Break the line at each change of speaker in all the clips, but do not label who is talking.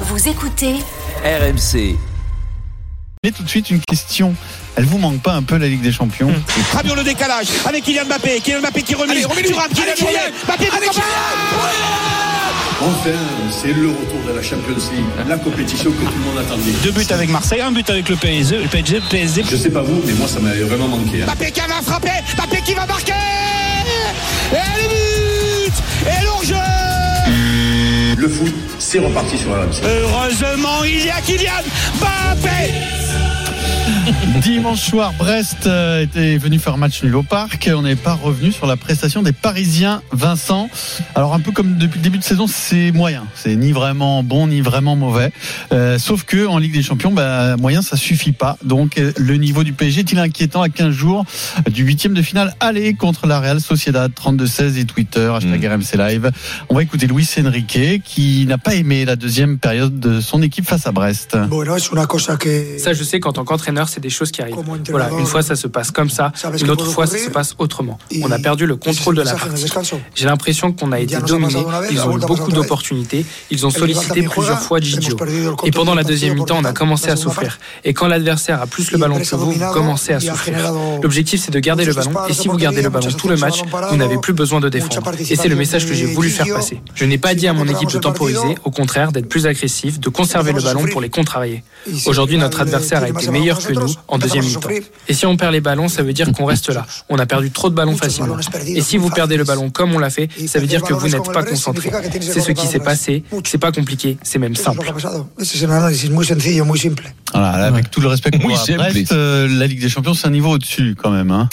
Vous écoutez
RMC.
Mais tout de suite une question. Elle vous manque pas un peu la Ligue des Champions
Rabiot le décalage avec Kylian Mbappé, Kylian Mbappé qui remise, Thuram, Kylian Mbappé, Mbappé,
Enfin, c'est le retour de la Champions League, la compétition que tout le monde attendait.
deux buts avec Marseille, un but avec le PSG, le PSG, PSG,
Je sais pas vous, mais moi ça m'avait vraiment manqué. hein.
Mbappé qui va frapper, Mbappé qui va marquer, et le but, et l'enjeu.
Le foot, c'est reparti sur RMC.
Heureusement, il y a Kylian Mbappé.
Dimanche soir, Brest euh, était venu faire match nul au parc. On n'est pas revenu sur la prestation des Parisiens, Vincent. Alors un peu comme depuis le début de saison, c'est moyen. C'est ni vraiment bon ni vraiment mauvais. Euh, sauf que en Ligue des Champions, bah, moyen ça suffit pas. Donc euh, le niveau du PSG est-il inquiétant à 15 jours du huitième de finale aller contre la Real Sociedad 32-16 et Twitter hashtag RMC Live. On va écouter Luis Enrique qui n'a pas aimé la deuxième période de son équipe face à Brest.
Bueno, es una cosa que
Ça, je sais qu'en tant qu'entraîneur, c'est des choses qui arrivent.
Comme un
Voilà,
entraîneur,
une fois, ça se passe comme ça.
ça va se
Une autre
recouvrir.
fois, ça se passe autrement.
Et-
On a perdu le contrôle de la
et c'est le
partie.
message en descanso.
J'ai l'impression qu'on a été
nos
dominé.
hemos pasado una vez,
Ils
la
ont eu
vuelta
beaucoup
otra vez.
d'opportunités. Ils ont
El rival
sollicité
también juega,
plusieurs fois
hemos
Gigio.
perdido el
Et
contrôle
pendant
del
la
partido
deuxième
por
mi-temps, on a
tanto,
commencé
la
à
segunda
souffrir. Et quand l'adversaire a plus le
Y
ballon
Brest
que
ha
vous, vous
dominado
commencez à
y ha
souffrir.
generado
L'objectif, c'est de garder le
muchos
ballon.
disparos
Et
a
si vous
portería,
gardez le ballon
muchas
tout le match,
acciones a balón
vous n'avez
parado,
plus besoin de
mucha
défendre. Et c'est le
participación
message que j'ai
de
voulu faire
Gigio.
passer. Je n'ai pas
Si
dit à mon
contrôlons
équipe de
le partido,
temporiser, au contraire, d'être plus agressif, de conserver le
empezamos a
ballon
sufrir.
pour les contrarier.
Y si
Aujourd'hui,
el
notre
rival, eh,
adversaire a
tiene más el
été
balón
meilleur
que
que nous
nosotros,
en deuxième
empezamos a
mi-temps.
sufrir.
Et si on perd les ballons, ça veut dire qu'on reste là. On a perdu trop de ballons
Muchos
facilement.
balones perdidos
Et si vous
fáciles.
perdez le ballon comme on l'a fait,
Y
ça
perder
veut dire que vous
balones
n'êtes
como
pas
el Brest
concentré.
significa que tienes que
C'est ce qui
correr
s'est
balones.
passé.
Mucho.
C'est pas compliqué, c'est même
Eso es lo que
simple.
ha pasado. Ese es el análisis muy sencillo, muy simple.
Voilà, avec tout le respect qu'on
Oui,
a à
c'est
Brest,
Brest.
euh, la Ligue des Champions, c'est un niveau au-dessus quand même. hein.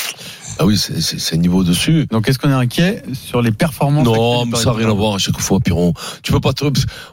Ah oui, c'est- c'est c'est niveau dessus.
Donc est-ce qu'on est inquiet sur les performances
Non,
actuelles
mais
du
ça n'a
Paris
rien à voir à chaque fois, Piron. Tu peux pas te...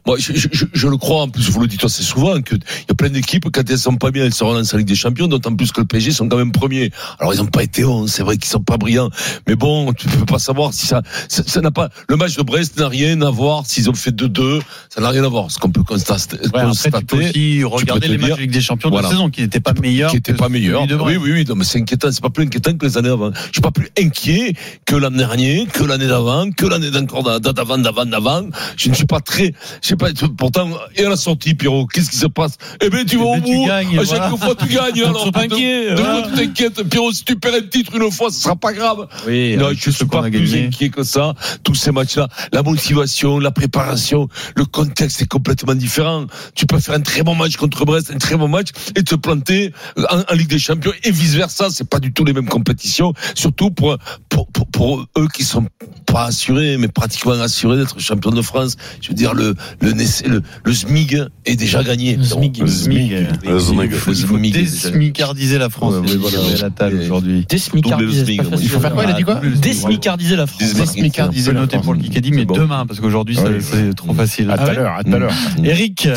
Moi, je, je- je- je le crois, en plus, vous le dites assez souvent, qu'il y a plein d'équipes, quand elles sont pas bien, elles seront dans la Ligue des Champions, d'autant plus que le PSG sont quand même premiers. Alors, ils n'ont pas été 11, c'est vrai qu'ils sont pas brillants. Mais bon, tu peux pas savoir si ça... Ça ça n'a pas... Le match de Brest n'a rien à voir s'ils ont fait 2-2, ça n'a rien à voir. Ce qu'on peut constater...
Ouais, après, tu peux aussi
constater,
regarder
te
les matchs
dire-
de Ligue des Champions
Voilà.
de la saison qui n'étaient pas meilleurs.
qui était
que
pas
celui
meilleur.
de Brest.
Oui, oui, oui, non, mais c'est inquiétant. C'est pas plus inquiétant que les années avant. Je suis pas plus inquiet que l'an dernier, que l'année d'avant, que l'année d'encore d'a- d'a- d'avant, d'avant, d'avant. Je ne suis pas très, je sais pas, pourtant, et à la sortie, Pierrot, qu'est-ce qui se passe? Eh ben, tu vas
Eh
au
ben, tu
bout.
gagnes,
à chaque
voilà.
fois, tu gagnes.
Donc,
alors,
faut pas
de-
inquiet,
de
voilà.
nouveau, tu t'inquiètes. Pierrot, si tu perds un titre une fois, ce sera pas grave.
Oui,
Non,
avec
je
ce
suis
qu'on
pas
a
plus
gagné.
inquiet que ça. Tous ces matchs-là, la motivation, la préparation, le contexte est complètement différent. Tu peux faire un très bon match contre Brest, un très bon match, et te planter en, en Ligue des Champions et vice versa. C'est pas du tout les mêmes compétitions, surtout pour pour, pour, pour eux qui sont pas assurés, mais pratiquement assurés d'être champion de France. Je veux dire le le Ness- le, le Smig est déjà gagné.
Zmig,
Le
Zmig.
Le Zmig.
Il faut
Zmig est déjà-
désmicardiser la France.
Ouais, oui,
c'est
voilà.
ce qu'il y avait à la table
Et-
aujourd'hui.
Double Zmig, on dit.
Il faut faire quoi Il a dit quoi Désmicardiser la France.
Désmicardiser
Désmicardiser.
la
noter
France.
pour le Kikadi, mais
C'est bon.
demain, parce qu'aujourd'hui, ça-
Ouais.
c'est trop facile. Ah ouais
à tout à l'heure.
Eric,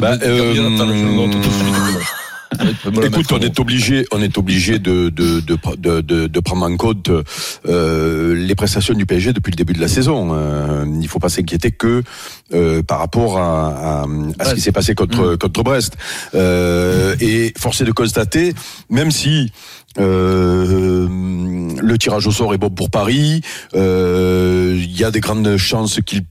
Bah, euh, Écoute,
Écoute,
on est obligé, on est obligé de, de, de, pr- de, de, de prendre en compte euh, les prestations du PSG depuis le début de la saison. Euh, il faut pas s'inquiéter que euh, par rapport à, à, à ce qui s'est passé contre contre Brest. Euh, et forcé de constater, même si euh, le tirage au sort est bon pour Paris, euh, il y a des grandes chances qu'il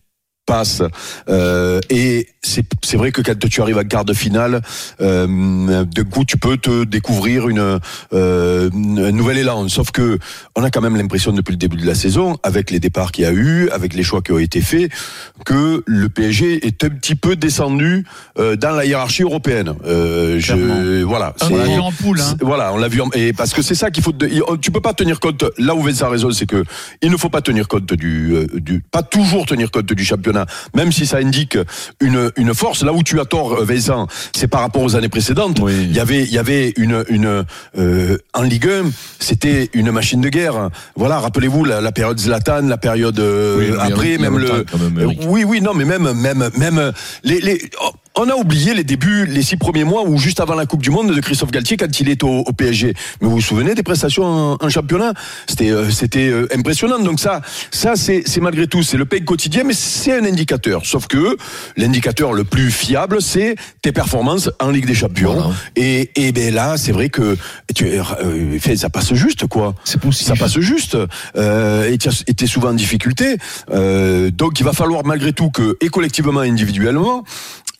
passe euh, et c'est c'est vrai que quand tu arrives à quart de finale euh, de coup tu peux te découvrir une euh, un nouvel élan sauf que on a quand même l'impression depuis le début de la saison avec les départs qu'il y a eu avec les choix qui ont été faits que le PSG est un petit peu descendu euh, dans la hiérarchie européenne Euh, je,
Clairement.
voilà
on
c'est-
l'a vu en poule. hein.
c'est- Voilà, on l'a vu. en- Et parce que c'est ça qu'il faut. te- il- on- Tu peux pas tenir compte. Là où Vincent a raison, c'est que il ne faut pas tenir compte du, euh, du, pas toujours tenir compte du championnat, même si ça indique une une force. Là où tu as tort, euh, Vincent, c'est par rapport aux années précédentes. Il y avait il y avait une une euh, en Ligue 1, c'était une machine de guerre. Voilà, rappelez-vous la, la période Zlatan, la période euh, après, même le. Euh, Oui, oui, non, mais même, même, même euh, les, les- oh, on a oublié les débuts, les six premiers mois ou juste avant la Coupe du Monde de Christophe Galtier quand il est au, au PSG. Mais vous vous souvenez des prestations en, en championnat C'était, euh, c'était euh, impressionnant. Donc ça, ça c'est, c'est malgré tout, c'est le paye quotidien, mais c'est un indicateur. Sauf que l'indicateur le plus fiable, c'est tes performances en Ligue des Champions.
Voilà.
Et, et ben là, c'est vrai que tu, euh, fait, ça passe juste quoi.
C'est possible.
Ça passe juste. Euh, et tu as- et t'es souvent en difficulté. Euh, donc il va falloir malgré tout que, et collectivement et individuellement,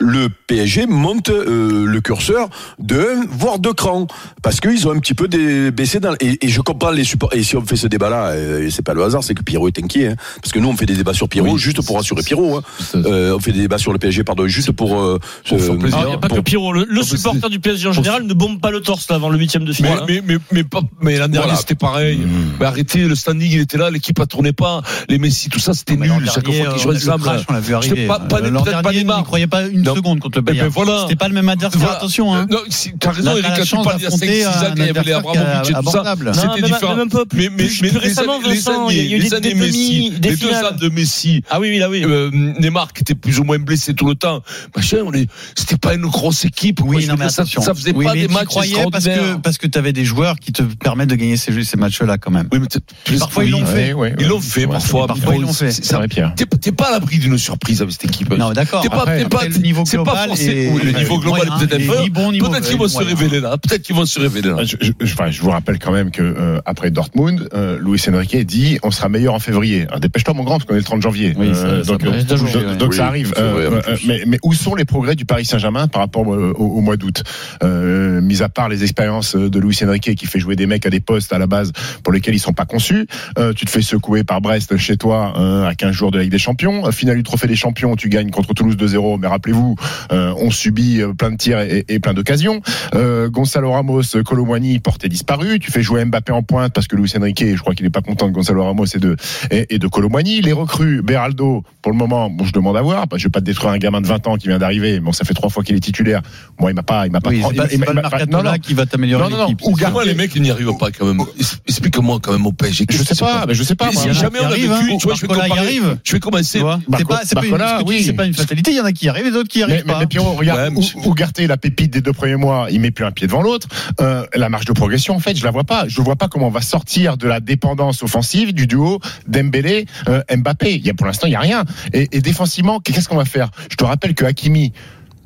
le PSG monte euh, le curseur de un, voire deux crans, parce qu'ils ont un petit peu dé- baissé dans. Et, et je comprends les supports. Et si on fait ce débat-là, euh, c'est pas le hasard, c'est que Pierrot est inquiet, hein. parce que nous on fait des débats sur Pierrot
Oui.
juste pour rassurer Pierrot. hein. Euh, on fait des débats sur le PSG, pardon, juste pour. euh,
Pour faire
euh,
plaisir.
Alors, il n'y a pas
pour-
que Pierrot. Le, le
Non, mais
supporter du PSG en général ne bombe pas le torse là, avant le huitième de
Mais,
finale.
mais, mais, mais, pas- mais l'an dernier,
Voilà.
c'était pareil.
Mm.
Mais arrêtez, le standing, il était là, l'équipe a tourné pas, les Messi, tout ça, c'était
Mais
nul.
l'an
Chaque
dernier,
fois qu'ils
on
jouaient
a- le
ensemble.
crash, on l'a vu arriver.
pas- pas-
L'an
peut-être pas
dernier, on
Neymar.
n'y croyait pas une
Non.
seconde contre le
Eh ben
Bayern.
voilà.
C'était pas le même adversaire,
Voilà.
attention. Hein.
Non, si- t'as raison,
Là,
Eric,
t'as la
quand tu
chance
parles il y a 5,
d'affronter
6 ans,
un
quand il y avait les
adversaire qui est
Abramovich et tout ça.
abordable.
Non,
C'était
même-
différent.
même un peu plus- plus- plus
les
récemment,
années- les
Vincent, il y a
années-
eu
les
des-
années
des
Messi,
demi- des
les deux
finales.
ans de Messi,
Ah oui, oui, là oui.
euh, Neymar qui était plus ou moins blessé tout le temps. Machin, on est, c'était pas une grosse équipe. quoi.
Oui,
Je
non,
veux
mais
dire, ça,
attention.
ça faisait
Oui,
pas
mais
des
tu
matchs
croyais parce que
extraordinaires.
parce que tu avais des joueurs qui te permettent de gagner ces, ces matchs-là quand même.
Oui, mais t'as- tu les-
Parfois, ils l'ont fait.
Ils l'ont fait, parfois.
Parfois, ils l'ont fait.
C'est- ça- T'es t'es pas à l'abri d'une surprise avec cette équipe.
Non, d'accord.
T'es pas-
Après,
t'es pas-
après, le niveau
c'est pas
global
forcé.
est-
Oui, le
est
niveau global
moyen,
est peut-être
il
un peu-
ni bon, ni
Peut-être
mauvais,
qu'ils vont se
moyen.
révéler là. Peut-être qu'ils vont se révéler là.
Ah, Je, je- je- enfin, je vous rappelle quand même que euh, après Dortmund, euh, Luis Enrique dit on sera meilleur en février. Alors, Dépêche-toi mon grand parce qu'on est le 30 janvier.
Oui, ça-
Euh,
ça
donc
me
euh,
reste deux jours,
donc-
ouais.
donc ça
Oui,
arrive.
c'est vrai,
Euh,
en
euh,
plus.
mais, mais où sont les progrès du Paris Saint-Germain par rapport euh, au, au mois d'août Euh, Mis à part les expériences de Luis Enrique qui fait jouer des mecs à des postes à la base pour lesquels ils sont pas conçus. Euh, tu te fais secouer par Brest chez toi euh, à 15 jours de la Ligue des Champions. Euh, Finale du Trophée des Champions, tu gagnes contre Toulouse 2-0. Mais rappelez-vous, euh, on subit euh, plein de tirs et, et plein d'occasions. Euh, Gonzalo Ramos, Colomwani, porté disparu. Tu fais jouer Mbappé en pointe parce que Luis Enrique, je crois qu'il n'est pas content de Gonzalo Ramos et de, et, et de Colomwani. Les recrues, Beraldo, pour le moment, bon, je demande à voir. parce que je vais pas te détruire un gamin de 20 ans qui vient d'arrivé. Bon, ça fait trois fois qu'il est titulaire. Moi, il m'a pas, il m'a pas.
Oui,
prend-
c'est pas,
il
c'est
m'a-
pas
il
le
m'a- non,
mercato
non.
là qui va t'améliorer
Non, non, non.
l'équipe.
Ou
c'est sûr.
Comment les mecs ils n'y arrivent pas quand même Explique-moi quand même au PSG.
Je sais pas, mais je sais pas.
Mais
moi.
si
Il y en a
jamais
qui
on a
arrivent,
vécu,
hein.
tu vois, je vais
Barcola y
comparer-
arrive.
Je vais commencer.
Tu vois, c'est
Barco-
pas, c'est pas, une-
Barcola,
ce que tu dis,
oui.
c'est pas une fatalité. Il y en a qui y arrivent, et d'autres qui y
Mais,
arrivent
mais,
pas.
mais Pierrot,
Ouais,
regarde,
mais
où, où Garté, la pépite des deux premiers mois, il met plus un pied devant l'autre. Euh, la marge de progression, en fait, je la vois pas. Je vois pas comment on va sortir de la dépendance offensive du duo Dembélé, euh, Mbappé. Il y a pour l'instant, il y a rien. Et, et défensivement, qu'est-ce qu'on va faire Je te rappelle que Hakimi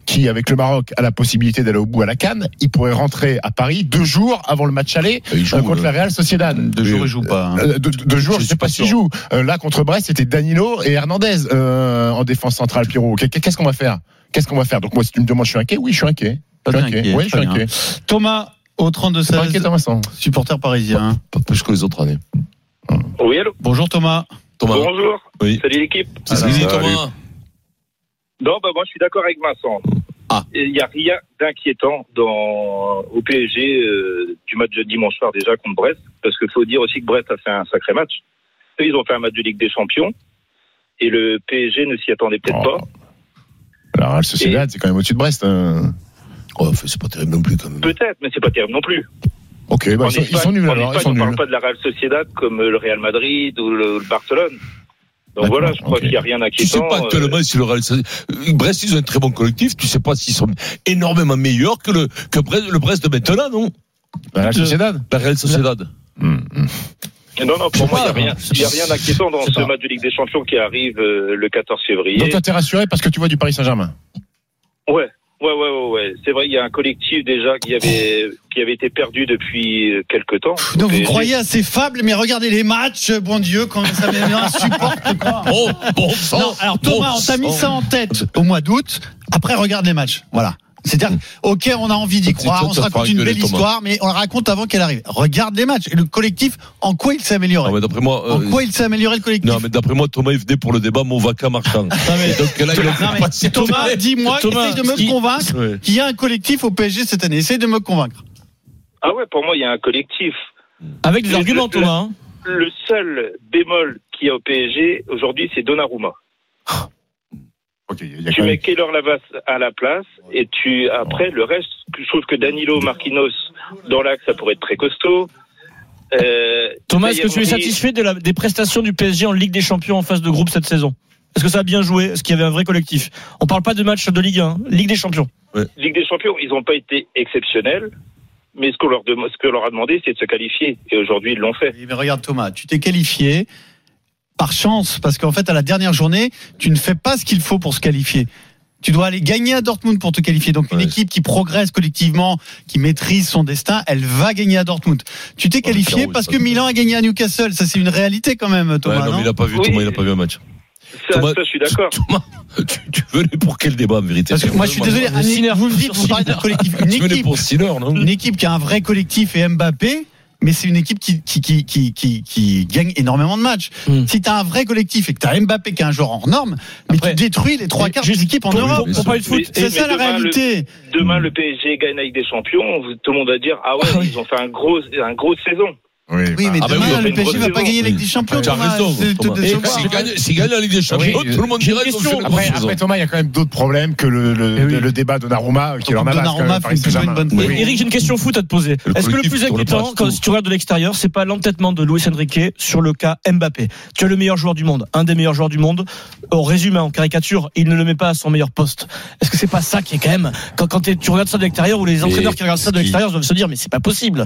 qui, avec le Maroc, a la possibilité d'aller au bout à la Cannes, il pourrait rentrer à Paris deux jours avant le match aller
Il joue,
euh, contre
euh,
la Real Sociedad.
Deux jours, ils jouent pas. hein.
Euh, de, de- de jour,
Je
je
suis
sais pas
pas
s'il
sûr.
joue. Euh, là, contre Brest, c'était Danilo et Hernandez euh, en défense centrale, Pierrot. Qu'est- Qu'est-ce qu'on va faire Qu'est-ce qu'on va faire Donc, moi, si tu me demandes, je suis inquiet Oui, je suis inquiet.
Pas
Je suis
d'inquiet,
Oui, je
très
suis
bien.
inquiet.
Thomas, au 32
T'es pas inquiet,
16
toi, Vincent
supporter parisien. hein.
Pas plus que les autres années.
Oui, allô
Bonjour Thomas.
Thomas.
Bonjour.
Oui.
Salut l'équipe.
Salut,
Salut.
Thomas.
Non, bah, moi, je suis d'accord avec Vincent.
Ah.
Il n'y a rien d'inquiétant dans, au PSG euh, du match de dimanche soir déjà contre Brest, parce qu'il faut dire aussi que Brest a fait un sacré match. Eux, ils ont fait un match de Ligue des Champions, et le PSG ne s'y attendait peut-être
Oh.
pas.
Alors, le Sociedad, c'est quand même au-dessus de Brest. euh.
Oh, enfin, c'est pas terrible non plus quand même.
Peut-être, mais c'est pas terrible non plus.
Ok, bah,
En
ils, sont, ils
Espagne-
sont nuls
en
alors. Ils
Espagne,
sont
on parle
nuls.
pas de la Real Sociedad comme euh, le Real Madrid ou le, le Barcelone. Donc
D'accord,
voilà, je crois
ok.
qu'il n'y a rien
Tu sais
d'inquiétant.
pas
euh,
actuellement si le Real Sociedad- euh, Brest, ils ont un très bon collectif. Tu sais pas s'ils sont énormément meilleurs que le, que Brest, le Brest de maintenant, non
Bah, la Sociedad
La Real Sociedad.
Hum, hum.
Non, non, pour moi, il n'y a
pas,
rien, il y a rien d'inquiétant dans
c'est
ce
pas.
match de Ligue des Champions qui arrive euh, le 14 février.
Donc, toi, t'es rassuré parce que tu vois du Paris Saint-Germain
Ouais, ouais, ouais, ouais. ouais. C'est vrai, il y a un collectif déjà qui avait, qui avait été perdu depuis quelques temps.
Donc vous
Et-
croyez à ces fables, mais regardez les matchs, bon Dieu, quand ça supporte pas.
Oh, bon sang.
Non, alors Thomas,
bon
on t'a mis
sang.
ça en tête au mois d'août. Après, regarde les matchs. Voilà.
Mm.
C'est-à-dire, ok, on a envie d'y
C'est
croire,
toi,
on se
t'as
raconte
pas
une
gueulé,
belle
Thomas.
histoire, mais on la raconte avant qu'elle arrive. Regarde les matchs. Et le collectif, en quoi il s'est amélioré
Non, mais d'après moi.
En
euh,
quoi il s'est amélioré le collectif
Non, mais d'après moi, Thomas, il venait pour le débat Movaca marchand.
Non, mais-
Donc là, il
Non,
a
mais
passé
Thomas, dis-moi,
Thomas,
essaye de me
qui-
convaincre qu'il y a un collectif au PSG cette année. Essaye de me convaincre.
Ah ouais, pour moi, il y a un collectif.
Avec des arguments, Thomas. hein.
Le seul bémol qu'il y a au PSG aujourd'hui, c'est Donnarumma.
Ok, il y a
Tu
quand même-
mets Keylor Navas à la place et tu après le reste, je trouve que Danilo Marquinhos dans l'axe, ça pourrait être très costaud. Euh,
Thomas, est-ce que tu es
Zayemri-
satisfait de la- des prestations du PSG en Ligue des Champions en phase de groupe cette saison Est-ce que ça a bien joué Est-ce qu'il y avait un vrai collectif On parle pas de match de Ligue 1, Ligue des Champions.
Ligue des Champions, ils n'ont pas été exceptionnels, mais ce qu'on leur, dem- ce qu'on leur a demandé, c'est de se qualifier. Et aujourd'hui, ils l'ont fait.
Oui, Mais regarde Thomas, tu t'es qualifié par chance parce qu'en fait à la dernière journée, tu ne fais pas ce qu'il faut pour se qualifier. Tu dois aller gagner à Dortmund pour te qualifier. Donc une
Ouais.
équipe qui progresse collectivement, qui maîtrise son destin, elle va gagner à Dortmund. Tu t'es
mais
qualifié
Pierrot,
parce
c'est
que
pas-
Milan a gagné à Newcastle. Ça c'est une réalité quand même, Thomas.
Ouais, non,
non
mais il a pas vu,
Oui.
Thomas, il a pas vu un match.
Ça,
Thomas-
ça, je suis d'accord.
Thomas, tu, tu venais pour quel débat en vérité
Parce que moi, je suis désolé,
Le Sinner,
Annie, vous me dites, vous parlez d'un collectif. Une
Tu venais
équipe,
pour Sinner, non
une équipe qui a un vrai collectif et Mbappé. Mais c'est une équipe qui, qui, qui, qui, qui, qui gagne énormément de matchs.
Hmm.
Si t'as un vrai collectif et que t'as Mbappé qui est un joueur hors norme, mais
Après-
tu détruis les trois
Mais
quarts
juste
des équipes en
pour-
Europe.
pour parler de foot,
Mais-
C'est ça
mais
la
demain, le-
réalité.
Demain, le PSG gagne avec des champions. vous- Tout le monde va dire Ah ouais,
Ah oui.
ils ont fait un gros, un grosse saison.
Oui, mais demain,
Ah bah oui, on fait
le
une
PSG va
grosse
pas
saison.
gagner la Ligue
Oui.
des Champions.
Tu as
Thomas.
raison,
C'est-
Ah, Thomas.
c'est-
Et
c'est-
s'il gagne, s'il gagne la Ligue des Champions,
Oui,
tout le monde
j'ai une
dirait qu'ils ont fait
question.
une
Après,
grosse saison.
après, Thomas, il y a quand même d'autres problèmes que le, le,
Eh oui.
le débat de Naruma qui
Surtout
en a
Donnarumma fait plutôt une bonne
Et
Oui.
Eric, j'ai une question foot à te poser.
Le
Est-ce que le
collectif
plus
tourne pas,
inquiétant,
c'est
quand
tout.
tu regardes de l'extérieur, c'est pas l'entêtement de Luis Enrique sur le cas Mbappé Tu as le meilleur joueur du monde, un des meilleurs joueurs du monde. On résume, hein, en caricature, il ne le met pas à son meilleur poste. Est-ce que c'est pas ça qui est quand même quand, quand t'es- tu regardes ça de l'extérieur ou les entraîneurs qui regardent ça de
ce qui-
l'extérieur doivent se dire mais c'est pas possible.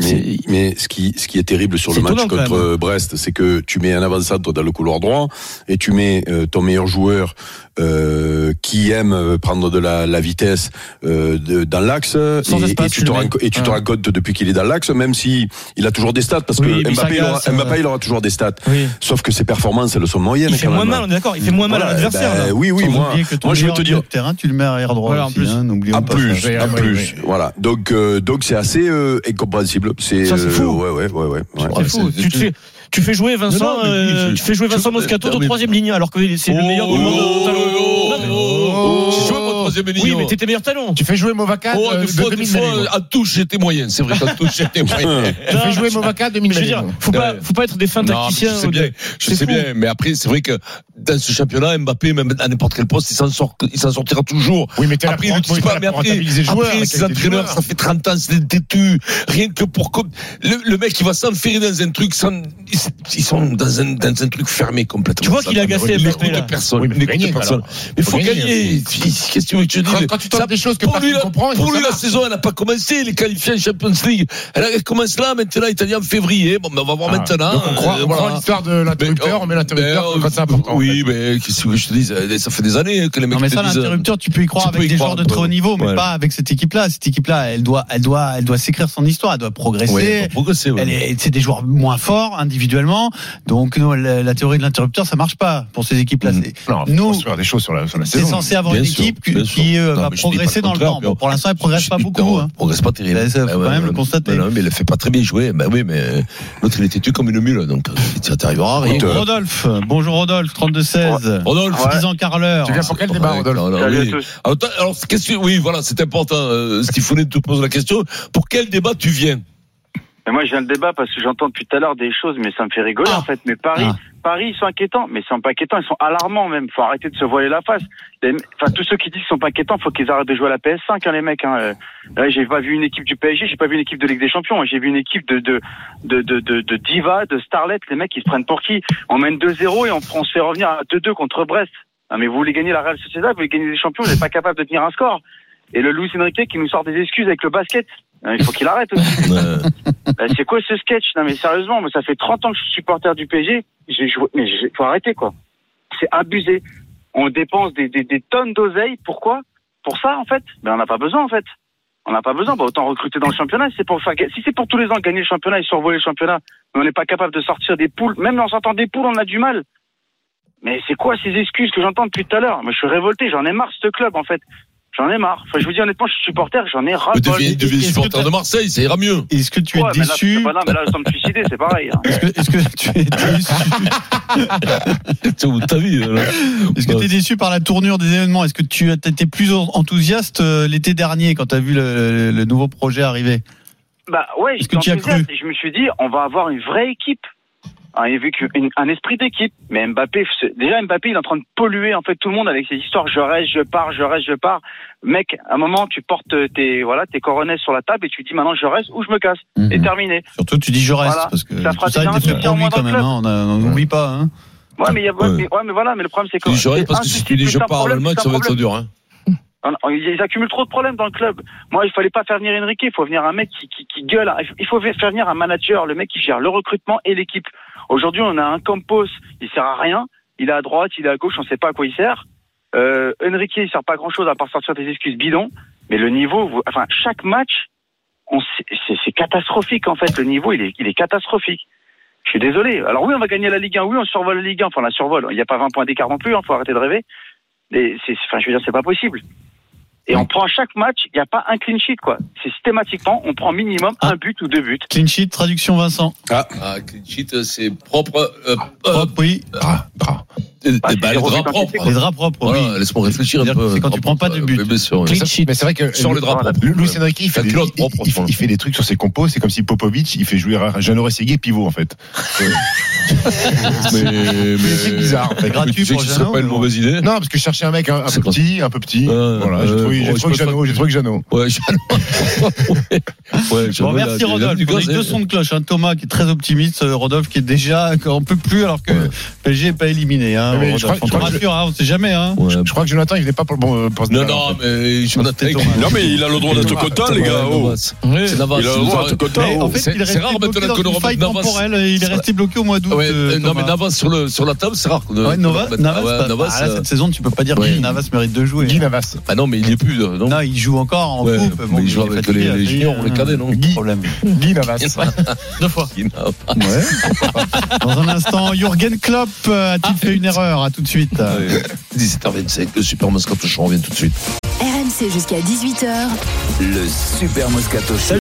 Mais,
C'est-
mais ce qui ce qui est terrible sur
C'est
le match
étonnant, quand hein.
contre euh, Brest, c'est que tu mets un avant-centre dans le couloir droit et tu mets euh, ton meilleur joueur euh, qui aime euh, prendre de la, la vitesse euh, de- dans l'axe
Sans
et,
espace,
et tu
tu
te
le
rends
mets.
co- et tu te
Ouais.
rends compte depuis qu'il est dans l'axe, même si il a toujours des stats parce
Oui,
que Mbappé, il
Bissaka,
aura,
ça,
Mbappé,
ouais.
il aura toujours des stats.
euh. Oui.
Sauf que ses performances elles sont moyennes.
Il fait
quand
moins
même.
mal, on est d'accord. Il fait moins mal à
Voilà,
l'adversaire.
ben
là.
oui, oui,
Sans
moi,
oublier que ton
moi je vais
meilleur
te dire,
milieu de terrain, tu le mets arrière droit
Voilà, en
aussi,
plus.
hein, n'oublions
en
pas
plus,
ça.
en plus, voilà. Donc, euh, donc c'est assez euh, incompréhensible. C'est,
Ça, c'est
euh,
fou.
ouais, ouais, ouais, ouais. ouais.
C'est fou.
c'est-
Tu, te fais, tu fais jouer Vincent,
Non, non, mais oui,
euh,
je- Oh,
tu fais jouer Vincent Moscato
Non,
de
mais-
troisième ligne alors que c'est le meilleur du monde.
oh,
Non, mais-
J'ai joué mon troisième
Oui,
ligne.
mais t'es tes meilleurs talents.
Tu fais jouer Movaca
Oh,
euh,
des
de
fois, des
2000
fois,
Nalego.
à touche, j'étais moyen. C'est vrai, qu'à touche, j'étais
Hum.
moyen.
Tu fais
Non,
jouer
mais-
Movaca de 2000
Ah, Je veux dire,
Nalego.
faut pas,
Ouais.
faut pas être des fins
Non, mais
tacticiens.
je sais
ou de-
bien, je
C'est
sais
fou.
bien, mais après c'est vrai que dans ce championnat, Mbappé, même à n'importe quel poste, il s'en sort, il s'en sortira toujours.
Oui, mais t'es là
Après, il
pour-
l'utilise
t'es là
pas, mais
pour
après,
rentabiliser le joueur, la
après
qualité
ces
du
entraîneurs,
joueur.
ça fait 30 ans, c'est des têtus. Rien que pour. com- Le, le mec, il va s'enferrer dans un truc, sans- ils, ils sont dans un, dans un truc fermé complètement.
Tu vois qu'il a
Ça,
agacé
il
Mbappé, là.
n'écoute personne.
Oui, mais
il n'écoute
gagner,
personne.
alors.
Mais
Faut
faut
gagner.
gagner. Qu'est-ce que tu veux que je te
Quand-
dise
quand tu tentes
Ça-
des choses que
Pour
personne
lui, la,
comprend, il faut
pour lui, la
savoir.
saison, elle n'a pas commencé. Il est qualifié en Champions League. Elle elle commence là, maintenant, il t'a dit en février. Bon, ben, on va voir
Ah,
maintenant.
donc on croit,
Euh,
on
voilà.
croit l'histoire de l'interrupteur,
Ben,
on met l'interrupteur
ben,
quand c'est important.
Oui, mais qu'est-ce que je te dis Ça fait des années que les mecs
Non mais
te
ça
disent, euh,
l'interrupteur tu peux y croire
tu peux
avec
y
des
croire,
joueurs de très haut
ouais.
niveau mais
Ouais.
pas avec cette équipe là cette équipe là elle doit elle doit elle doit s'écrire son histoire elle doit progresser
Ouais, pour progresser, ouais.
Elle est- c'est des joueurs moins forts individuellement donc non, la, la théorie de l'interrupteur ça marche pas pour ces équipes là
Mm.
Non, faut
nous
construire des choses sur la, sur la
c'est
saison.
censé avoir
Bien
une
sûr,
équipe qui-
bien sûr.
qui euh,
Non,
va
mais je dis pas le
progresser dans le
contraire,
temps
mais
Bon, pour l'instant elle progresse
Je-
pas
non,
beaucoup
elle
hein.
Progresse pas terrible.
Ben, ça, faut
Ouais,
quand
ouais,
même le
ouais.
constater.
Non, non, mais il le fait pas très bien jouer. Ben oui, mais euh, l'autre il était têtu comme une mule, donc euh, ça t'arrivera à rien.
Écoute, euh,
Rodolphe bonjour Rodolphe 32 16
Rodolphe,
ans carleur
Tu viens pour quel débat,
Ouais,
Rodolphe
non, non,
Salut à
Ah oui.
tous.
Alors, toi, alors, qu'est-ce que- oui, voilà, c'est important. Euh, Stéphane te pose la question. Pour quel débat tu viens
Mais moi, je viens le débat parce que j'entends depuis tout à l'heure des choses, mais ça me fait rigoler en fait. Mais Paris,
Ah.
Paris, ils sont inquiétants, mais ils sont pas inquiétants, ils sont alarmants même. Faut arrêter de se voiler la face. Les- Enfin, tous ceux qui disent qu'ils sont pas inquiétants, faut qu'ils arrêtent de jouer à la PS5, hein, les mecs. Hein. Euh, là, j'ai pas vu une équipe du PSG, j'ai pas vu une équipe de Ligue des Champions, hein. j'ai vu une équipe de de de de, de, de diva, de starlet. Les mecs, ils se prennent pour qui On mène 2-0 et on, on se fait revenir à 2-2 contre Brest. Non, mais vous voulez gagner la Real Sociedad, vous voulez gagner des champions, vous n'êtes pas capable de tenir un score. Et le Luis Enrique qui nous sort des excuses avec le basket. Non, Il faut qu'il arrête aussi.
Euh,
Bah, c'est quoi ce sketch Non mais sérieusement, moi ça fait 30 ans que je suis supporter du PSG. J'ai joué, mais j'ai- faut arrêter quoi. C'est abusé. On dépense des, des, des tonnes d'oseille. Pourquoi Pour ça en fait Ben on n'a pas besoin en fait. On n'a pas besoin. Bah, autant recruter dans le championnat. Si C'est pour faire. ga- Si c'est pour tous les ans gagner le championnat et survoler le championnat, mais on n'est pas capable de sortir des poules. Même en sortant des poules, on a du mal. Mais c'est quoi ces excuses que j'entends depuis tout à l'heure Moi je suis révolté. J'en ai marre de ce club en fait. J'en ai marre. Enfin, je vous dis honnêtement, je suis supporter. J'en ai
Ah,
ras.
mais Deviens
est-ce que
deviens supporter
t'as-
de Marseille, ça ira mieux.
est-ce que tu es déçu
là, Ah, bah mais là, je sens me suicider. C'est pareil. hein.
est-ce que, est-ce que tu es déçu
C'est au bout de ta vie. là.
Est-ce que
Ouais.
tu es déçu par la tournure des événements Est-ce que tu étais plus enthousiaste euh, l'été dernier quand tu as vu le, le nouveau projet arriver
Bah ouais,
Est-ce que
j'étais
tu y as
enthousiaste. Je me suis dit, on va avoir une vraie équipe. Un, une- un esprit d'équipe. Mais Mbappé, c'est- déjà Mbappé, il est en train de polluer en fait tout le monde avec ses histoires. Je reste, je pars, je reste, je pars. Mec, à un moment, tu portes tes voilà tes coronets sur la table et tu dis maintenant je reste ou je me casse. Et terminé.
Mhm. Surtout, tu dis je reste
Voilà.
parce que
Ça fera
tout ça,
déjà
il était
un
fait
soutien
pour
au
lui
moins
quand
dans
même.
le
hein, on a- on n'oublie pas. hein.
Ouais, mais, il y a, ouais,
Ah, Ouais.
mais, ouais, mais voilà. Mais le problème, c'est
Tu
que
dis, je reste parce que si tu dis je
putain,
pars en
problème,
Allemagne,
putain,
ça va être
problème.
dur. hein.
On- on- Ils accumulent trop de problèmes dans le club. Moi, il fallait pas faire venir Enrique. Il faut venir un mec qui, qui, qui gueule. Il faut faire venir un manager, le mec qui gère le recrutement et l'équipe. Aujourd'hui, on a un Campos. Il sert à rien. Il est à droite, il est à gauche. On sait pas à quoi il sert. Euh, Enrique, il sert pas à grand chose à part sortir des excuses bidons. Mais le niveau, vous- enfin, chaque match, on sait- c'est c'est catastrophique en fait. Le niveau, il est, il est catastrophique.
Je suis désolé. Alors oui, on va gagner la Ligue 1. Oui, on survole la Ligue 1. Enfin, on la survole. Il n'y a pas 20 points d'écart non plus.
hein.
Il faut arrêter de rêver. Mais c'est, enfin, je veux dire, c'est pas possible. Et on prend à chaque match, il n'y a pas un clean sheet, quoi. Systématiquement, on prend minimum un but ou deux buts.
Clean sheet, traduction Vincent.
Ah, clean sheet, c'est propre. euh,
Propre, oui.
Drap, drap.
euh,
Bah,
eh
c'est
ben, les
zéro but
draps
quand
propres.
c'est
euh,
Les draps propres, oui.
Voilà, laisse-moi réfléchir un
C'est-à-dire que
peu.
c'est quand tu prends pas de but.
Euh, bien sûr, oui.
Clean sheet.
Mais c'est vrai que
Sans le drapeau.
Lu- Luis Enrique, il fait,
La
des,
culotte
il-
propre,
il-
enfin.
il fait des trucs sur ses compos. C'est comme si Popovic, il fait jouer Jean Oresiegui pivot en fait. Euh,
Mais, mais
c'est bizarre, en fait.
Mais
Gratuit
tu sais
pour
que ce
Jeannot,
serait pas une
mais
mauvaise idée.
Euh, non, parce que je cherchais un mec un, un
C'est
peu
quoi
petit, un peu petit.
Euh,
voilà, j'ai
euh,
trouvé, j'ai
bon, je
trouvé que
préfère-
Jeannot, j'ai trouvé que Jeannot.
Ouais, Jeannot. ouais, ouais,
Bon,
Jeannot, là,
merci
il a
Rodolphe.
du
On a eu
gaz,
deux
euh,
hein.
sons de cloche. hein. Thomas qui est très optimiste, euh, Rodolphe qui est déjà on peut plus alors que
Ouais.
PSG n'est pas éliminé. Hein,
Mais je
Rodolphe.
crois- je
on te
crois que je-
rassure, hein, on sait jamais. Hein.
Ouais.
Je crois que Jonathan, il venait pas pour, bon, euh, pour ce
Non,
gars-là, en
non,
fait.
mais je
C'était
m'attaque.
Thomas.
Non, mais il a le droit d'être content, les gars. oh.
C'est Navas.
Il a le droit d'être content.
Mais en
oh.
fait,
c'est-
il est
c'est
resté
rare
bloqué
maintenant
dans
que
une
l'Europe
faille
Navas-
temporelle. Il est resté bloqué au mois d'août.
Ouais,
euh,
euh, non,
Thomas.
mais Navas sur, le, sur la table, c'est rare. qu'on-
Ouais, Nova-
qu'on le remette.
Navas,
Ah ouais,
bah,
Navas,
ah, là,
euh,
cette saison, tu peux pas dire
ouais.
que Navas mérite de jouer.
Guy Navas.
bah non, mais il n'y est plus. euh, Non,
Non, il joue encore en
Ouais,
coupe.
mais
Bon,
il joue
est
avec
fatigué,
les-
là,
les
ça y est,
juniors, les
hein.
cadets, non
Guy. Problème.
Guy Navas.
Deux fois.
il n'a pas-
Ouais. Dans un instant, Jürgen Klopp euh,
Ah,
a-t-il fait une erreur À tout de suite.
euh, 17h25, le Super Moscato Show, on revient tout de suite.
RMC jusqu'à 18h.
Le Super Moscato Show.